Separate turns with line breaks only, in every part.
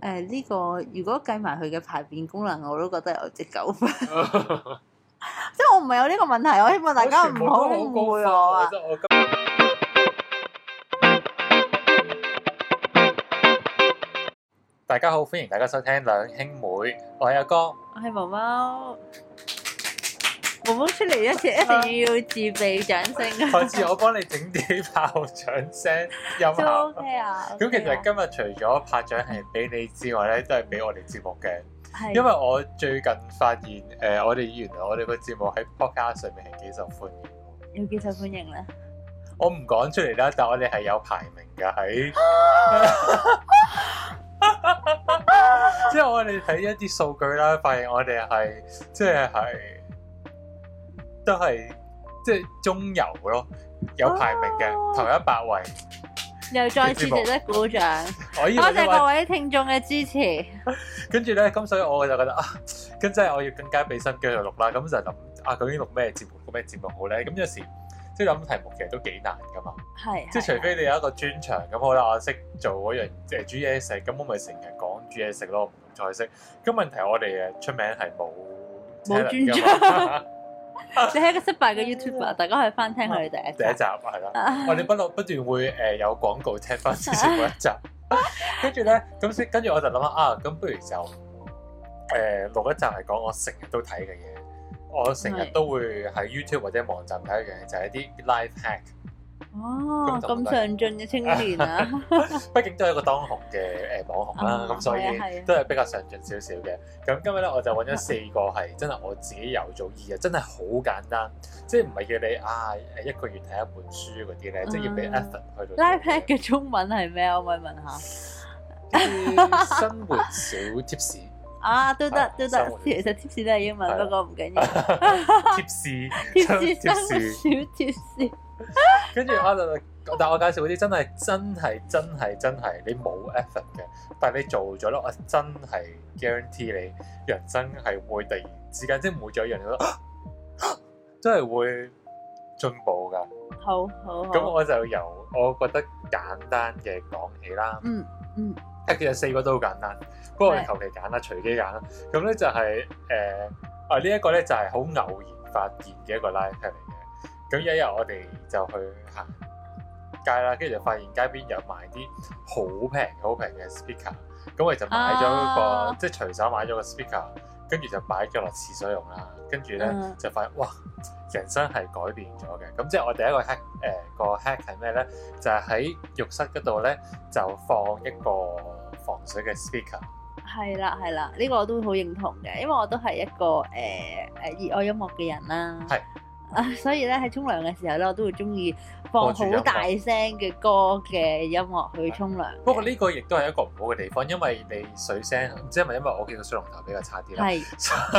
誒呢個如果計埋佢嘅排便功能，我都覺得有隻九 分。即係我唔係有呢個問題，我希望大家唔好誤會我啊！
真係我今大家好，歡迎大家收聽兩兄妹，我係阿哥。
我係毛毛，毛毛出嚟一 次一定要自備掌 聲
下
啊！
次我幫你整啲炮仗聲音效。
都 OK 啊！
咁其實今日除咗拍掌係俾你之外咧，都係俾我哋節目嘅，
係
因為我最近發現誒、呃我哋原來我哋個節目喺 podcast 上面係幾受歡迎。
有幾受歡迎咧？
我唔講出嚟啦，但我哋係有排名㗎喺，即係我哋睇一啲數據啦，發現我哋係即係係都係即係中游咯，有排名嘅、
哦
頭一百位。
又再次
節目
值得 鼓掌，
我以
多
為呢
謝各
位，
位聽眾嘅支持。
跟住咧，咁所以我就覺得啊，咁即係我要更加俾心機去錄啦。咁就諗啊，究竟錄咩節目，錄咩節目好咧？咁有時即係諗題目其實都幾難㗎嘛。
係啊
即係除
係
非你有一個專長咁好啦，我識做嗰樣即係煮嘢食，咁我咪成日講煮嘢食咯，唔同菜式。咁問題我哋誒出名係冇
冇
talent
專
㗎嘛
你係一個失敗嘅 YouTuber，大家可以翻聽佢哋第一
第一
集。
集係啦，
啊
我哋不落不斷會誒有廣告聽翻之 前嗰一集，跟住咧咁先，跟住我就諗下啊，咁不如就誒錄一集係講我成日都睇嘅嘢，我成日
係
都會喺 YouTube 或者網站睇嘅嘢就係一啲 life hack。
哦，
咁就唔
咁
得
上進嘅青年啊！
畢竟都係一個當紅嘅誒網紅啦
啊，
咁所以
係啊係啊
都係比較上進少少嘅。咁今日咧，我就揾咗四個係真係我自己有做意嘅，真係好簡單，即係唔係叫你啊誒一個月睇一本書嗰啲咧，即係要俾
嗯
effort 去到
Life Hack 嘅中文係咩？啊可唔可以問下？
啲生活小 tips
啊，都得
啊
都
生
得
活，
其實 tips 都係英
係啊
文，
啦
不過唔緊要。
tips
貼士生活
tips，
小貼士，
跟住我就但我介紹嗰啲真係真係真係真係你冇 effort 嘅，但係你做咗咧，我真係 guarantee 你人生係會突然之間，即係每做一樣嘢都啊啊真係會進步㗎。
好好
咁
好，
我就由我覺得簡單嘅講起啦。
嗯嗯，
啊其實四個都好簡單，不過我哋
係
求其揀啦，隨機揀啦。咁咧就係、誒、啊呢一個咧就係好偶然發現嘅一個 live hack 嚟嘅。咁有一日我哋就去行街啦，跟住就發現街邊有賣啲好平好平嘅 speaker，咁我哋就買咗嗰個，
啊
即係隨手買咗個 speaker，跟住就擺咗落廁所用啦。跟住咧
嗯
就發現哇，人生係改變咗嘅。咁即係我第一個 hack 誒、個 hack 係咩咧？就係喺浴室嗰度咧就放一個防水嘅 speaker。
係啦係啦，呢個我都好認同嘅，因為我都係一個誒誒熱愛音樂嘅人啦。
係
啊，所以咧喺沖涼嘅時候咧，我都會中意
播
放
住
好
音樂
大聲嘅歌嘅音樂去沖涼。
不過呢個亦都係一個唔好嘅地方，因為你水聲唔知係咪因為我見到水龍頭比較差啲啦，
係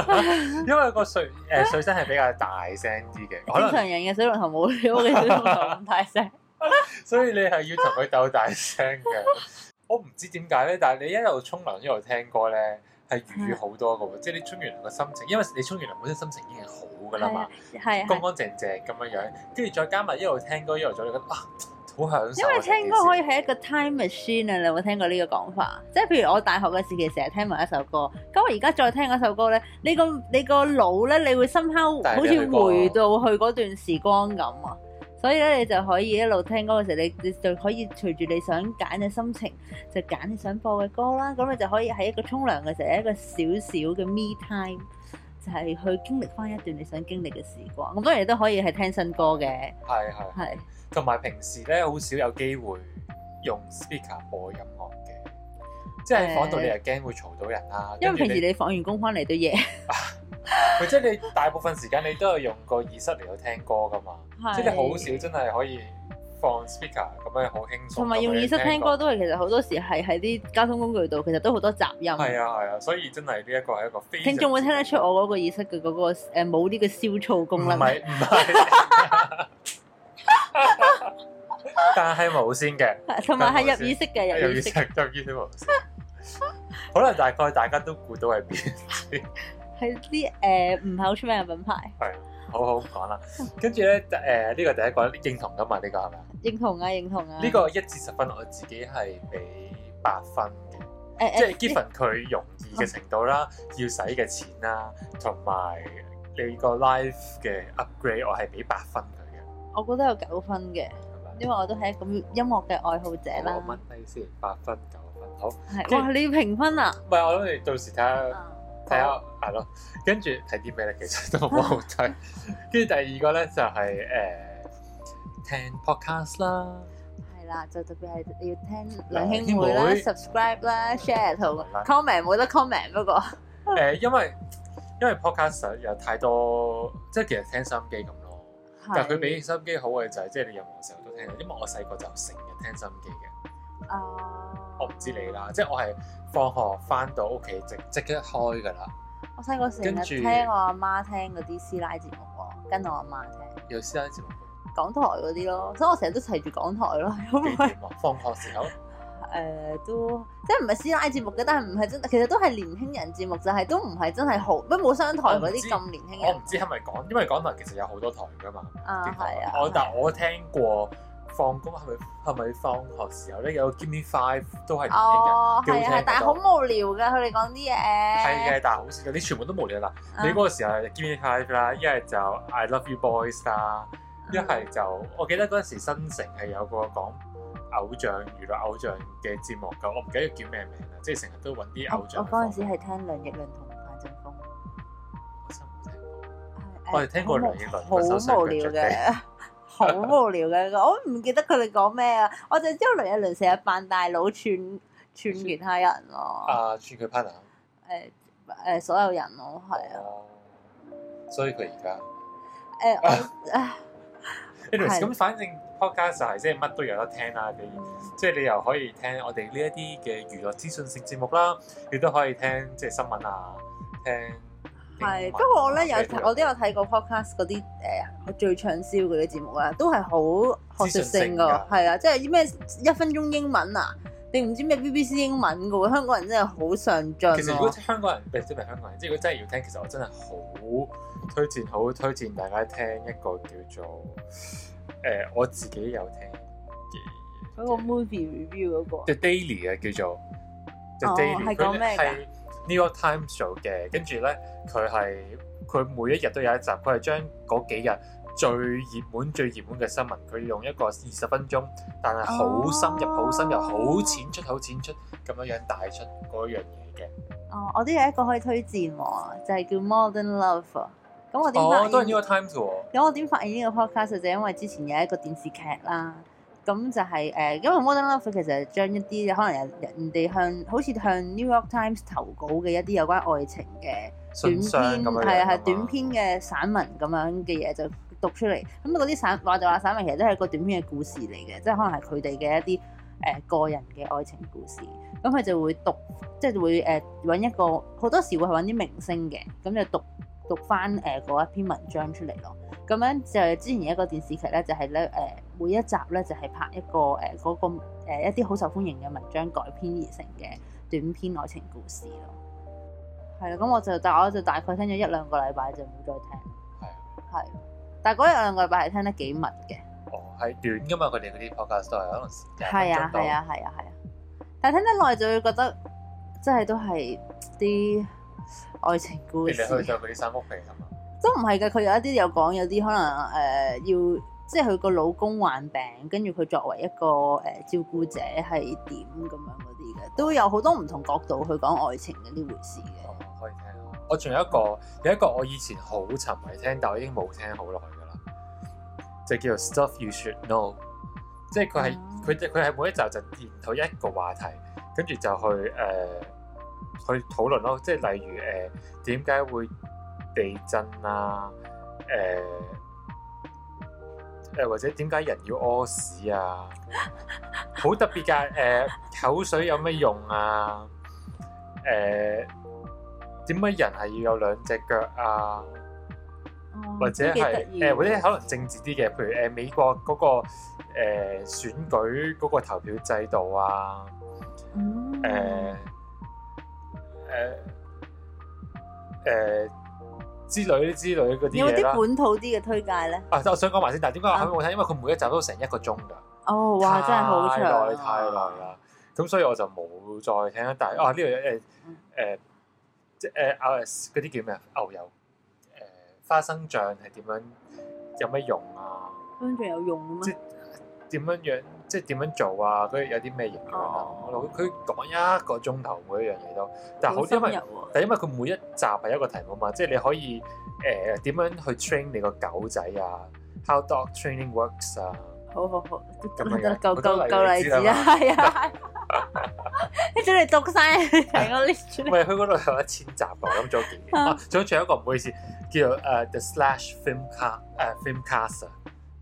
因為個水誒、水聲係比較大聲啲嘅， 可
正
能
常人嘅水龍頭冇我嘅水龍頭咁大聲。
所以你係要同佢鬥大聲嘅。 我唔知點解咧，但係你一路沖涼一路聽歌咧，係愉悅好多嘅
嗯
喎。即係你沖完涼個心情，因為你沖完涼本身心情已經係好㗎啦嘛，
係
乾
係，
乾淨淨咁樣樣，跟住再加埋一路聽歌一路做，你覺得啊好享受
因
啊。
為聽歌
成
可
件
以
事
係一個 time machine 啊！你有冇聽過呢個講法？即係譬如我大學嘅時期成日聽埋一首歌，咁我而家再聽嗰首歌咧，你個你個腦咧，你會深刻
但係
好
你
似
去過
回到去嗰段時光咁啊！所以咧，你就可以一路聽歌嘅時候，你你就可以隨住你想揀嘅心情，就揀你想播嘅歌啦。咁你就可以喺一個沖涼嘅時候，一個少少嘅 me time，就係去經歷翻一段你想經歷嘅時光。咁當然都可以係聽新歌嘅，
係係。
係。
同埋平時咧好少有機會用 speaker 播音樂嘅，即係喺房度
誒
你又驚會嘈到人啦。
因為
跟
平
住
時你放完工翻嚟都夜，
或者你大部分時間你都係用個耳塞嚟到聽歌噶嘛，即係你好少真係可以放 speaker 咁樣好輕鬆。
同埋用耳塞聽歌。都係其實好多時係喺啲交通工具度，其實都好多雜音。
係啊係啊，所以真係呢一個係一個非常
聽眾會聽得出我嗰個耳塞嘅嗰個誒冇呢個消噪
唔
功能。啊
係唔係， 但係無線嘅。
同埋係入耳式嘅，入
又要
耳
食
式
入醫生模式，可能大概大家都估到係邊 啲，
係啲誒唔係好出名嘅品牌，
係好好唔講啦。跟住咧，誒、呢、個第一個認同噶嘛？呢、個係咪啊？
認同啊，認同啊。
呢、個一至十分，我自己係俾八分嘅，
誒
即係 given 佢容易嘅程度啦，要使嘅錢啦，同埋你個 life 嘅 upgrade，我係俾八分佢嘅，
我覺得有九分嘅，
係咪？
因為我都係一個音樂嘅愛好者
我
啦
掹。低先，八分九分，好。唔
係，
哦即係
哇！你要評分啊？
係我諗你到時睇下睇下係咯，跟住睇啲咩咧？其實都冇乜好睇。跟住第二個咧就係、誒、聽 podcast 啦，
係啦，就特別係要聽
兩
兩
兄
兄妹啦、
妹
subscribe 啦、share 同
係啦
comment 冇得 comment 不過
誒、因為因為 podcast 有太多，即係其實聽收音機咁咯。但係佢比收音機好嘅就係，即係你任何時候都聽到，因為我細個就成日聽收音機嘅。
啊，
我唔知你啦，即係我係放學翻到屋企即即刻開㗎啦。
我細個成
跟
日
住
聽我阿媽聽嗰啲師奶節目喎，跟我阿媽聽
有師奶節目
港台嗰啲咯，所以我成日都齊住港台咯，因
幾
為誒、
點啊？放學時候
都即係唔係師奶節目嘅，但係唔係真，其實都係年輕人節目，就係、都唔係真係好，乜冇商台嗰啲咁年輕
我
人
唔知係咪講，因為港台其實有好多台㗎嘛。
啊，係啊，
我
係
但
啊
我聽過放工係咪係咪放學時候咧有個 Give Me Five 都係年輕人，
哦，
幾好
係
聽
啊，係，但係
嗰
好
度
無聊㗎，佢哋講啲嘢。
係嘅，但係好少有啲全部都無聊啦。
啊
你嗰個時候係 Give Me Five 啦，一係就 I Love You Boys 啦，一
嗯
係就我記得嗰陣時新城係有個講偶像娛樂偶像嘅節目㗎，我唔記得叫咩名啦，即係成日都揾啲
我
偶像
我嗰
去訪問。
陣時係聽梁奕倫同范振鋒，係
我真係冇聽過。我哋聽過
好無
梁奕倫
好
個手勢
無聊
腳腳地
嘅， 好無聊嘅，我唔記得佢哋講咩啊！我就知道梁奕倫成日扮大佬串串其他人咯，
啊，串佢 partner。
誒誒所有人咯，係啊，
哦。所以佢而家
誒
啊
我唉
anyways
係
咁，反正 podcast 就係即係乜都有得聽啦，你即係你又可以聽我哋呢一啲嘅娛樂資訊性節目啦，你都可以聽即係新聞啊，聽英文啊
係，不過我咧有
即係
睇我都有睇過 podcast 嗰啲誒最暢銷嗰啲節目啊，都係好學術性
資訊性㗎
㗎，係啊，即係咩一分鐘英文啊，定唔知咩 BBC 英文㗎喎，香港人真係好上進
其實如
咯
果香港人，唔係即係唔係香港人，即係如果真係要聽，其實我真係好推薦，好推薦大家聽一個叫做誒、呃我自己有聽嘅
嗰個 movie review 嗰、個
The Daily 啊，叫做 The
哦
Daily，
係
佢
講咩㗎
係 New York Times 做嘅，跟住咧佢係佢每一日都有一集，佢係將嗰幾日最熱門、最熱門嘅新聞，佢用一個二十分鐘，但係好深入、好深入、好淺出、好淺出咁樣樣帶出嗰樣嘢嘅。
哦，我都有一個可以推薦喎，就係、叫 Modern Love 啊。咁我點發
哦，
現？
都係 New York Times 喎。
咁我點發現呢個 podcast 就係因為之前有一個電視劇啦，咁就係、誒、因為 Modern Love 其實係將一啲可能人人哋向好似向 New York Times 投稿嘅一啲有關愛情嘅短
信箱
篇，
咁樣樣
係啊
嘛
係短篇嘅散文咁樣嘅嘢就讀出嚟。咁嗰啲散話就話散文其實都係一個短篇嘅故事嚟嘅，即係可能係佢哋嘅一啲誒、個人嘅愛情故事。咁佢就會讀，即係會誒揾、一個好多時會係揾啲明星嘅，咁就讀讀翻誒嗰一篇文章出嚟咯。咁樣就係之前有一個電視劇咧，就係咧誒每一集咧就係、拍一個誒嗰、個呃一啲好受歡迎嘅文章改編而成嘅短篇愛情故事咯。係啦，咁我就但我就大概聽咗一兩個禮拜就冇再聽，
係啊
係，但係嗰一兩個禮拜係聽得幾密嘅，
哦，係短噶嘛，佢哋嗰啲 podcast 都係可能廿分
係啊
鐘到
係啊係啊係啊，但係聽得耐就會覺得即係都係啲愛情故
你
事，
哋去到嗰啲三幅皮啊係嘛？
都唔係嘅，佢有一啲有講，有啲可能誒、呃要。即係佢個老公患病，跟住佢作為一個誒、呃照顧者係點咁樣嗰啲嘅，都有好多唔同角度去講愛情嘅呢回事嘅。
哦，可以聽咯。我仲有一個，有一個我以前好沉迷聽，但我已經冇聽好耐㗎啦，就叫做 Stuff You Should Know，即係佢係
哦
佢哋佢係每一集就研討一個話題，跟住就去誒、呃去討論咯，即係例如誒點解會地震啊，誒、誒呃或者點解人要屙屎啊，好特別㗎誒、呃口水有咩用啊？誒點解人係要有兩隻腳啊？
哦
或者
都幾得
係
意
誒，或
喎
者可能政治啲嘅，譬如誒美國嗰個誒選舉嗰個投票制度啊，呃
嗯
誒呃誒誒呃之類之類嗰
有
啲
冇
嘢啦
啲。本土啲嘅推介咧？
啊！我想講埋先，但係點解我後尾冇睇？因為佢每一集都成一個鐘㗎，
哦，哇，真係好
太
長啊，
耐太耐啦。咁所以我就冇再聽啦。但係啊，呢度誒
嗯
誒即係誒 RS 嗰啲叫咩啊？牛油誒、花生醬係點樣有咩用啊？
咁仲有用嘅
即
咩？
點樣樣即係點樣做啊？佢有啲咩形狀啊？
哦
我老佢講一個鐘頭每一樣嘢都，但係好
深
因
入
為。
喎，
但因為佢每一集係一個題目嘛，即係你可以誒點、樣去 train 你個狗仔啊，how dog training works 啊，
好好好，得
咁樣
啦
啊
得啦，夠
好
夠
多
夠
例
例
子
子
啦
啦，係啊，你準嚟讀晒成個 list 出
唔
嚟，
係佢嗰度有一千集我諗咗幾 年。啊，仲有仲有一個唔好意思，叫做誒、The Slash Film Cast 誒 Film Cast 啊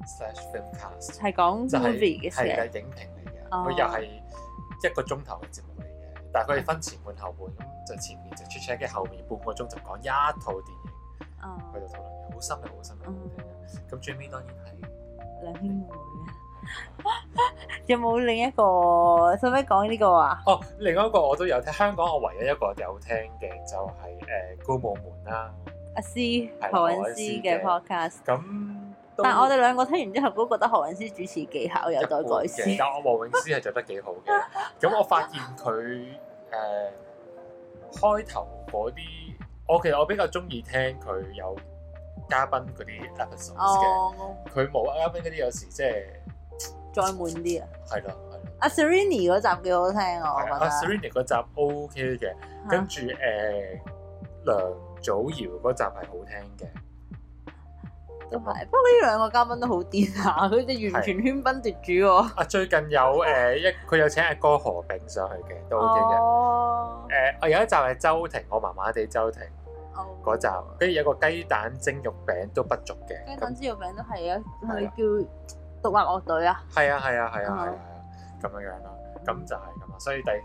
，Slash Film Cast
係講
就
movie 嘅
係係啊
事，
影評嚟嘅，
哦
佢又係一個鐘頭嘅節目嚟嘅，但係佢係分前半後半，咁就前面就 check check，跟住後面半個鐘就講一套電影
啊，
去到討論嘅，好深入好深入
嗯
好聽嘅。咁最尾當然係。
兩兄妹啊， 有冇另一個使唔使講呢個啊？
哦，另外一個我都有聽，香港我唯一一個有聽嘅就係、誒《高武門》啦，
阿思
啦
何韻詩嘅
何
podcast，
咁都
但係我哋兩個聽完之後都覺得何韻詩主持技巧有待
一般
改
嘅
善。
但我黃永詩係做得幾好 嘅，咁我發現佢誒、開頭嗰啲，我其實我比較中意聽佢有嘉賓嗰啲 episodes 嘅，
哦，
佢冇、嘉賓嗰啲有時即係
再悶啲啊！
係咯係咯，
阿 Serrini 嗰集幾好聽啊，我
係
覺
啊阿
得。
Serena 嗰集 OK 嘅。跟住誒、梁祖堯嗰集係好聽嘅，
都係，不過呢兩個嘉賓都好癲 下，佢哋完全喧賓奪主喎。
啊最近有誒、一佢有請阿哥何炳上去嘅，都 OK 嘅。誒、
哦，
我有一集係周庭，我麻麻地周庭
哦
嗰集，啊跟住有個雞蛋蒸肉餅都不俗嘅。
雞
咁
蛋豬肉餅都係啊，係
係
咪
啊
叫獨立樂隊啊？
係啊係啊係啊係啊
嗯
係啊咁樣樣啦。咁就係咁啊，所以第誒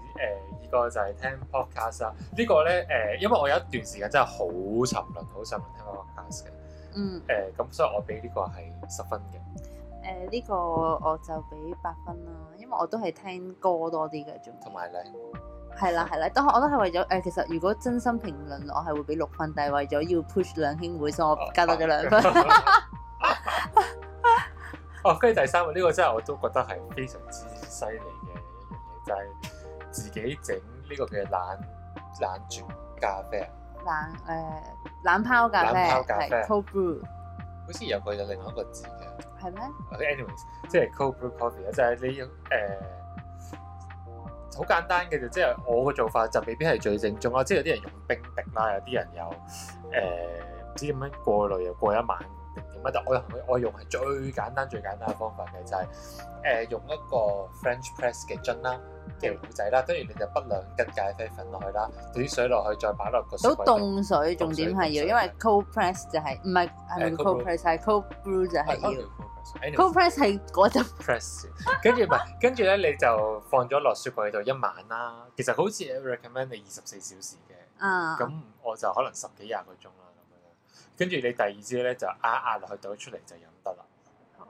二個就係聽 podcast 啦。呢個咧誒，因為我有一段時間真係好沉淪，好沉淪聽 podcast 嘅。
嗯，
誒咁，所以我俾呢個係十分嘅。
誒呢個我就俾八分啦，因為我都係聽歌多啲嘅，仲
同埋咧，
係啦係啦，都我都係為咗誒，其實如果真心評論，我係會俾六分，但係為咗要 push 兩兄妹，所以我加多咗兩分。
哦，跟住第三個呢、個真係我都覺得係非常之犀利嘅一樣嘢，就係、自己整呢個嘅冷冷煮咖啡啊，
冷誒冷泡咖啡
冷泡咖啡
係 cold brew
好似有個有另外一個字嘅。
係咩？
anyways，即係 cold brew coffee 咧，就係你誒好、簡單嘅就即係我嘅做法就未必係最正宗啦，即係有啲人用冰滴啦，有啲人又誒唔、知點樣過濾又過一晚定點乜，但我用我用係最簡單最簡單嘅方法嘅，就係、誒、用一個 French press 嘅樽啦。嘅糊仔啦，跟住你就潷兩斤咖啡粉落去啦，倒啲水落去，再擺落個雪
倒
櫃度。
凍水，重點係要，因為 cold press 就係唔係係咪
誒 cold
cold press 係 cold brew 就係
係
要
Anyways，
cold press 係嗰陣
press，跟住唔係，跟住咧你就放咗落雪櫃度一晚啦。其實好似 recommend 你二十四小時嘅，
啊，
咁我就可能十幾廿個鐘啦咁樣。跟住你第二朝咧就壓壓落去倒出嚟就飲得啦。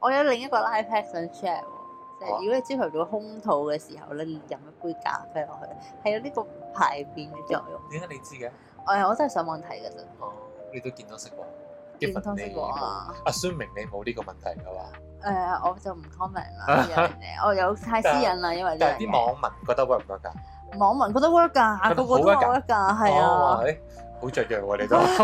我有另一個 life hack 想 share 喎。就
好
係
啊
如果你朝頭早空肚嘅時候咧，你飲一杯咖啡落去，係有呢個排便嘅作 用。
點解你知嘅？
誒，我真係上網睇嘅啫，
哦，你都健康識喎。
健康識過啊。
Assuming 你冇呢個問題嘅話，
誒，哎我就唔 comment 啦 呢樣嘢，我有太私隱啦，因為呢樣
但係啲
嘢。
網民覺得 work 唔 work 㗎？
網民覺得 work 㗎，
覺
個個都
得
話
好
work 㗎，係啊
哦。誒好雀躍喎你都。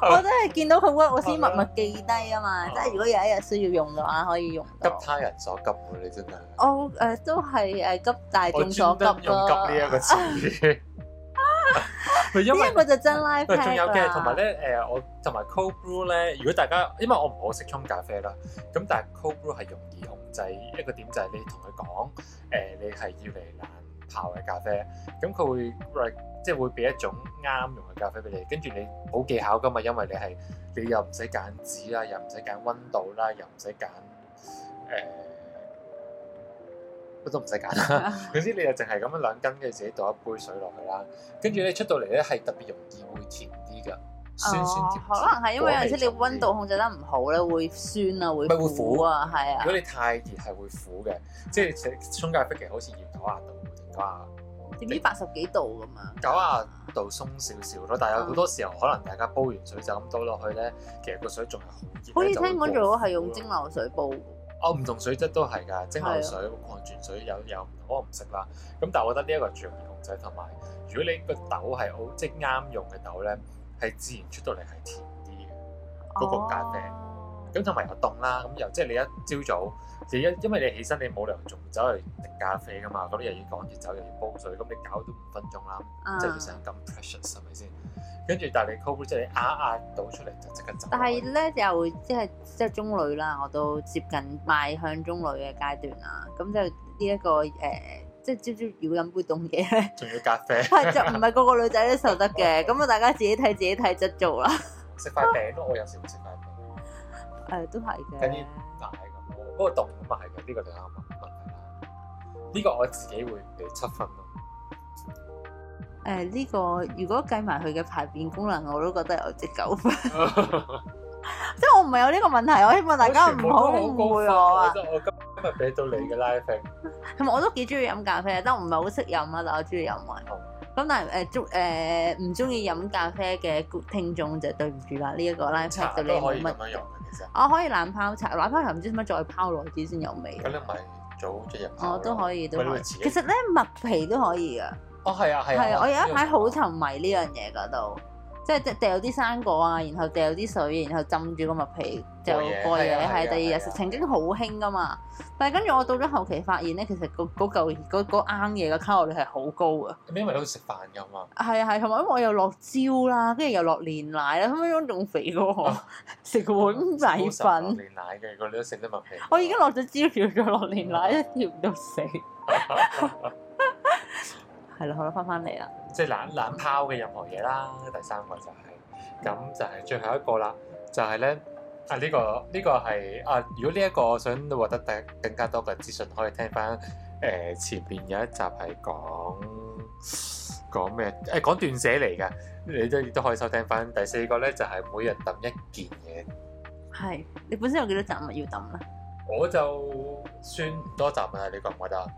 我都係見到佢 work，我先默默記低啊嘛。即係如果有一日需要用嘅話，可以用
哦急
到。
他人所急喎你真係。
我誒、呃都係誒急大
我
眾所
專
急
登用
咯。
急呢一個詞 語。 咪因為
呢一個就真 live
喂，
hack 啊
仲有嘅，
啦
同埋，咧誒，我同埋 cold brew 咧，如果大家因為我唔係好識沖咖啡啦，咁但係 cold brew 係容易控制一個點就係你同佢講誒，你係要嚟冷泡嘅咖啡，咁佢會 like，即係會俾一種啱用嘅咖啡俾你，跟住你好技巧噶嘛，因為你係你又唔使揀紙啦，又唔使揀温度啦，又唔使揀誒呃乜都唔使揀啦。 總之你就淨係咁樣兩斤嘅自己倒一杯水落去啦，跟住咧出到嚟咧係特別容易會甜啲㗎，酸酸甜甜。
哦可能係因為有陣時你温度
果
控制得唔好咧，會酸啊，會
咪會苦
苦啊，係
氣重
啊
啲，如果。你太熱係會苦嘅，即係你沖咖啡其實好似要九啊度定九啊
點知八十幾度咁樣？
九啊度鬆少少咯，
嗯
但係有好多時候可能大家煲完水就咁倒落去咧，其實個水仲係好熱呢。
好似
就會
聽講
過
做
苦
係用
咯
蒸餾水煲㗎。
哦，唔同水質都係㗎，蒸餾水、
係啊
礦泉水有有唔同，我唔識啦。咁但係我覺得呢一個係最容易控制，同埋如果你個豆係好即係啱用嘅豆咧，係自然出到嚟係甜啲嗰個咖啡
哦
嘅。咁同埋又凍啦，咁又即係你一朝早，你一因為你起身你冇理由仲走去滴咖啡㗎嘛，咁你又要趕熱走，又要煲水，咁你搞都五分鐘啦，
啊
即係成日咁 precious 係咪先？跟住但係你 cold brew 即係你壓壓到出嚟就即刻走。
但係咧又即係即係中女啦，我都接近邁向中女嘅階段啦。咁就呢、一個誒、呃即係朝朝要飲杯凍嘢 咧，
仲要咖啡，
係就唔係個個女仔都受得嘅。咁啊，大家自己睇自己體質做啦。
食塊餅咯，我有時會食塊餅。
誒、都 係
有
嘅
啲。大咁咯。不過凍咁啊係嘅，呢、個就啱問問題啦。呢、個我自己會俾七分咯。
誒呢、個如果計埋佢嘅排便功能，我都覺得有隻狗分。即係我唔係有呢個問題，我希望大家唔好誤會我啊。
我今今日俾到你嘅 live
同埋我都幾中意飲咖啡，但我唔係好識飲啦，但我中意飲啊。咁但係誒中誒唔中意飲咖啡嘅聽眾就對唔住啦，呢、一個 live
茶
pack 對
都
你
可
冇
以咁
乜。
樣用嘅，其實
我可以冷泡茶，冷泡茶唔知點解再泡耐啲先有味
咁。你咪早一日
我哦都可以，都
咪你
可
會
以。
自
其
己
實咧麥皮都可以噶，
哦係啊係啊，
係啊我有一排好
沉。
沉迷呢樣嘢嗰度，即係掉啲生果啊，然後掉啲水，然後浸住個麥皮就
過夜
過夜，
係
係
啊係啊
第二日
係啊
食。曾經好興噶嘛，但係跟住我到咗後期發現咧，其實嗰嗰嚿嗰嗰啱嘢嘅卡路里係好高啊。
因為你好似食飯㗎嘛，
係啊係，同埋因為我又落椒啦，跟住又落煉奶啦，分分鐘仲肥過
哦
我食碗米粉。
連奶嘅，啊佢你都食得麥皮。
我已經落咗椒條，再落煉
哦
奶，一條唔到 死。係啦，好啦，翻翻嚟啦。
即係懶懶拋嘅任何嘢啦。第三個就係、咁，就係最後一個啦，就係、咧啊呢、個呢、個係啊，如果呢一個想獲得更更加多嘅資訊，可以聽翻誒、呃前邊有一集係講講咩誒講斷捨離嘅，你都亦都可以收聽翻。第四個咧就係、每日揼一件嘢，
係，你本身有幾多雜物要抌咧？
我就算唔多集啊，你覺唔覺得？
誒、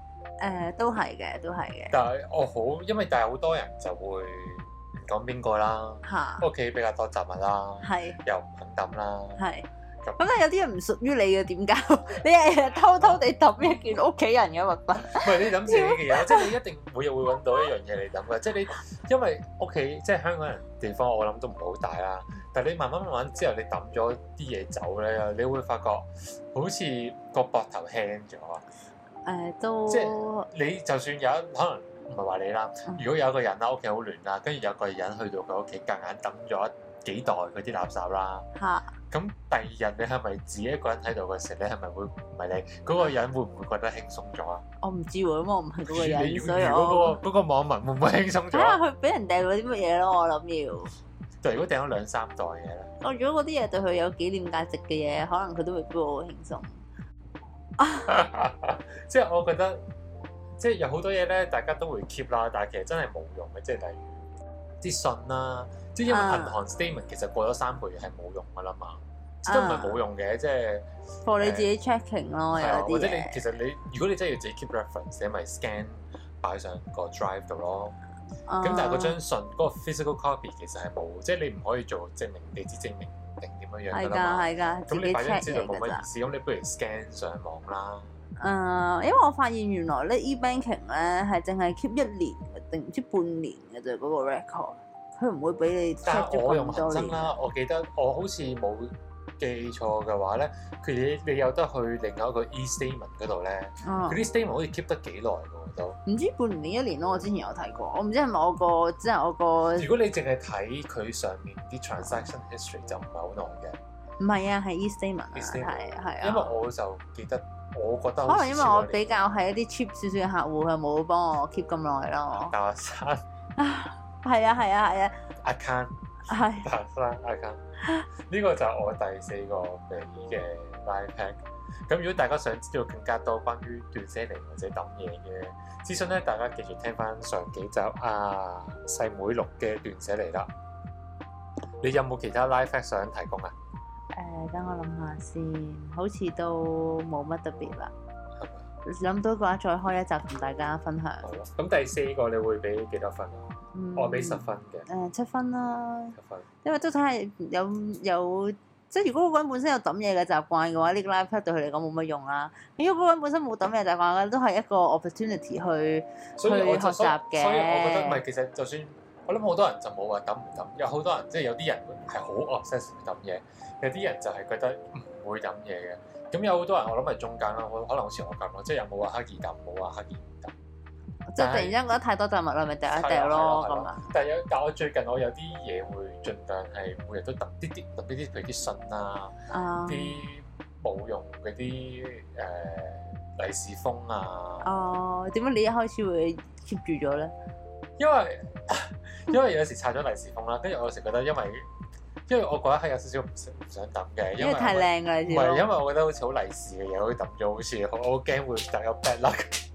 呃都係嘅，都係嘅。
但係我好，因為但係好多人就會唔講邊個啦，
嚇，
屋企比較多雜物啦。
係
又唔肯抌啦。
係。
咁
咁但係有啲人唔屬於你嘅，點搞？你日日偷偷地抌一件屋企人嘅物 品。
唔係你抌自己嘅嘢，即係你一定每日會揾到一樣嘢嚟抌嘅。即係你因為屋企即係香港人地方，我諗都唔係好大啦。但係你慢慢慢慢之後，你抌咗啲嘢走咧，你會發覺好似個膊頭輕咗啊！
誒、呃都
即你就算有一可能唔係話你啦，如果有一個人啦，屋企好亂啦，跟住有個人去到佢屋企，夾硬抌咗幾袋嗰啲垃圾啦。
嚇，
咁第二日你係咪自己一個人喺度嘅時候，你係咪會唔係你嗰、個人會唔會覺得輕鬆咗啊？
我唔知喎，咁我唔係嗰個
你
人，
要
所以
如
我啊
果嗰個嗰個網民會唔會輕鬆
睇下
咗？
佢俾人掟咗啲乜嘢咯。我諗要。
就如果掟咗兩三袋嘢咧，
我如果嗰啲嘢對佢有紀念價值嘅嘢，可能佢都未必會好輕鬆。
即係我覺得，即係有好多嘢咧，大家都會 keep 啦，但係其實真係冇用嘅，即係例如啲信啦，即係因為
啊
銀行 statement 其實過咗三個月係冇用噶啦嘛，即都唔係冇用嘅，即係
for 你自己 checking 咯，
係
有
啊，或
啲
者你
嘢
其實你如果你真係要自己 keep reference，你咪 scan 擺上個 drive 度咯。
啊
咁但係嗰張信嗰個 physical copy 其實係冇，即係你唔可以做證明地址證明定點樣
係
樣
㗎
噶啦嘛。
嗯係㗎，自
咁你
己
擺張
check
資料
嘢
冇
㗎
乜
咋
意。思，咁你不如 scan 上網啦。
呃誒，因為我發現原來咧 e banking 咧係淨係 keep 一年定唔知半年嘅啫嗰個 record，佢唔會俾你
但
check
係
咗
我用
咁
恒
多
生
年。
啦，我記得我好似冇記錯嘅話咧，佢你你有得去另外一個 e statement 嗰度咧，
嗯
佢啲 statement 好似 keep 得幾耐嘅喎都。
唔知半年定一年咯，我之前有睇過，我唔知係咪我個即係我個
如果你淨係睇佢上面啲 transaction history 就唔係好耐嘅，
唔係啊，係 e statement 啊，
E-statement
係係啊。
因為我就記得我覺得
可
好
能
似
因為我比較係一啲 cheap 少少嘅客戶，佢冇幫我 keep 咁耐 咯。
大學生
係啊係啊係啊
account
係。
大學生 account 呢個就係我第四個俾嘅 live hack。咁如果大家想知道更加多關於斷捨離或者抌嘢嘅資訊咧，大家記住聽翻上幾集啊細妹錄嘅斷捨離啦。你有冇其他 live hack 想提供啊？
誒，等我諗下先，好似都冇乜特別啦。
係咪
諗到嘅話，再開一集同大家分享。
好啦，咁第四個你會俾幾多分啊？
嗯
我俾十。分嘅，
誒，七分啦，
十分。
因為都睇係有有即係如果嗰個人本身有抌嘢嘅習慣嘅話，呢、個 live chat 對佢嚟講冇乜用啦。如果嗰個人本身冇抌嘢習慣嘅，都係一個 opportunity 去
所以我
去學
就所以
習嘅
所以我覺得唔係，其實就算我諗好多人就冇話抌唔抌，有好多人即係有啲人係好 obsess 抌嘢，有啲人就係覺得唔會抌嘢嘅。咁有好多人我諗係中間啦，我可能好似我咁咯，即係又冇話刻意抌，冇話刻意唔抌。
即係突然之間覺得太多雜物啦，咪掉一掉
係啊係啊
咯
係啊
咁啊。
但係有，但我最近我有啲嘢會盡量係每日都揼啲啲揼啲啲，譬如啲信啊，
啊
啲冇用嗰啲誒利是封啊，
哦，點解你一開始會 keep 住咗咧？
因為 因為有時拆咗利是封啦，跟住我有時覺得因為因為我嗰一刻有少少唔想唔想揼嘅，因
因
為
為
我
太靚啦，你
唔
知
係
道
因為我覺得好似好利是嘅嘢，好似揼咗好似好我驚會特有 bad luck，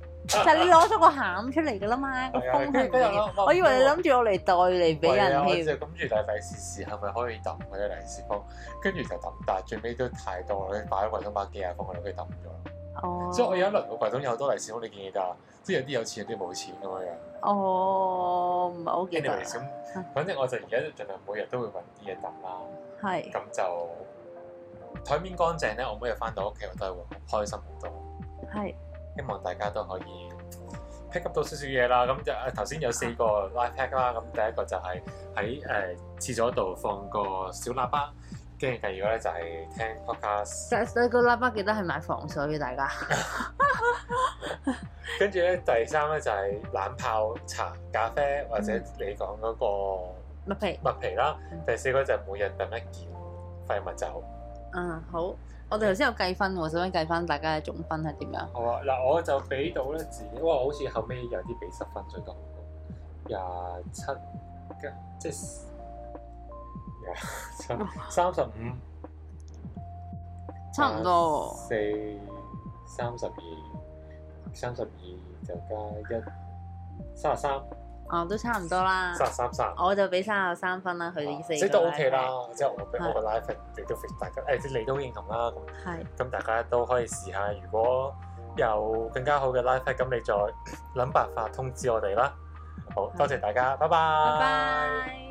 但係你攞咗個餡出嚟㗎啦嘛，個
係啊
風係
跟
唔
住
一樣。我以為你諗住我嚟袋嚟俾
係啊
人
我
添
就。諗住睇利是是係咪可以抌嗰啲利是封，跟住就抌，但係最尾都太多啦，擺喺櫃桶擺幾廿封，我諗佢抌咗啦。
哦，
所以我有一輪個櫃桶有好多利是封，你見唔見得啊？即係有啲有錢，有啲冇錢咁樣樣。
哦，唔係好記得啦
anyways，咁
啊
反正我就而家就盡量每日都會揾啲嘢抌啦。
係
咁就台面乾淨咧，我每日翻到屋企我都係會好開心好多。
係
希望大家都可以 pick up 到少少嘢啦。咁就啊頭先有四個 live hack 啦。咁第一個就係喺誒廁所度放個小喇叭，跟住第二個咧就係聽 podcast，
但但個喇叭記得係買防水嘅，大家
跟住咧第三咧就係冷泡茶、咖啡或者你講嗰個
麥皮。
麥皮啦
嗯。
第四個就係每日抌一件廢物就好。
嗯，好。我哋頭先有計分喎，想唔想計翻大家嘅總分係點樣？
好啊，嗱，我就俾到咧自己，哇！我好似後尾有啲俾十分最多，廿七加即係廿七三十五，
差唔多
四三十二，三十二就加一三十三，
喎，哦，都差唔多啦。
啊三十三三。啊
我就俾三十三分啦，佢哋哦四
即
個
都 OK 啦
iPad，
即係我俾我個 live 你都 fit 大家，誒即係你都認同啦，咁
係
咁大家都可以試下，如果有更加好嘅 live hack，咁你再諗辦法通知我哋啦。好多謝大家，拜拜。
拜拜。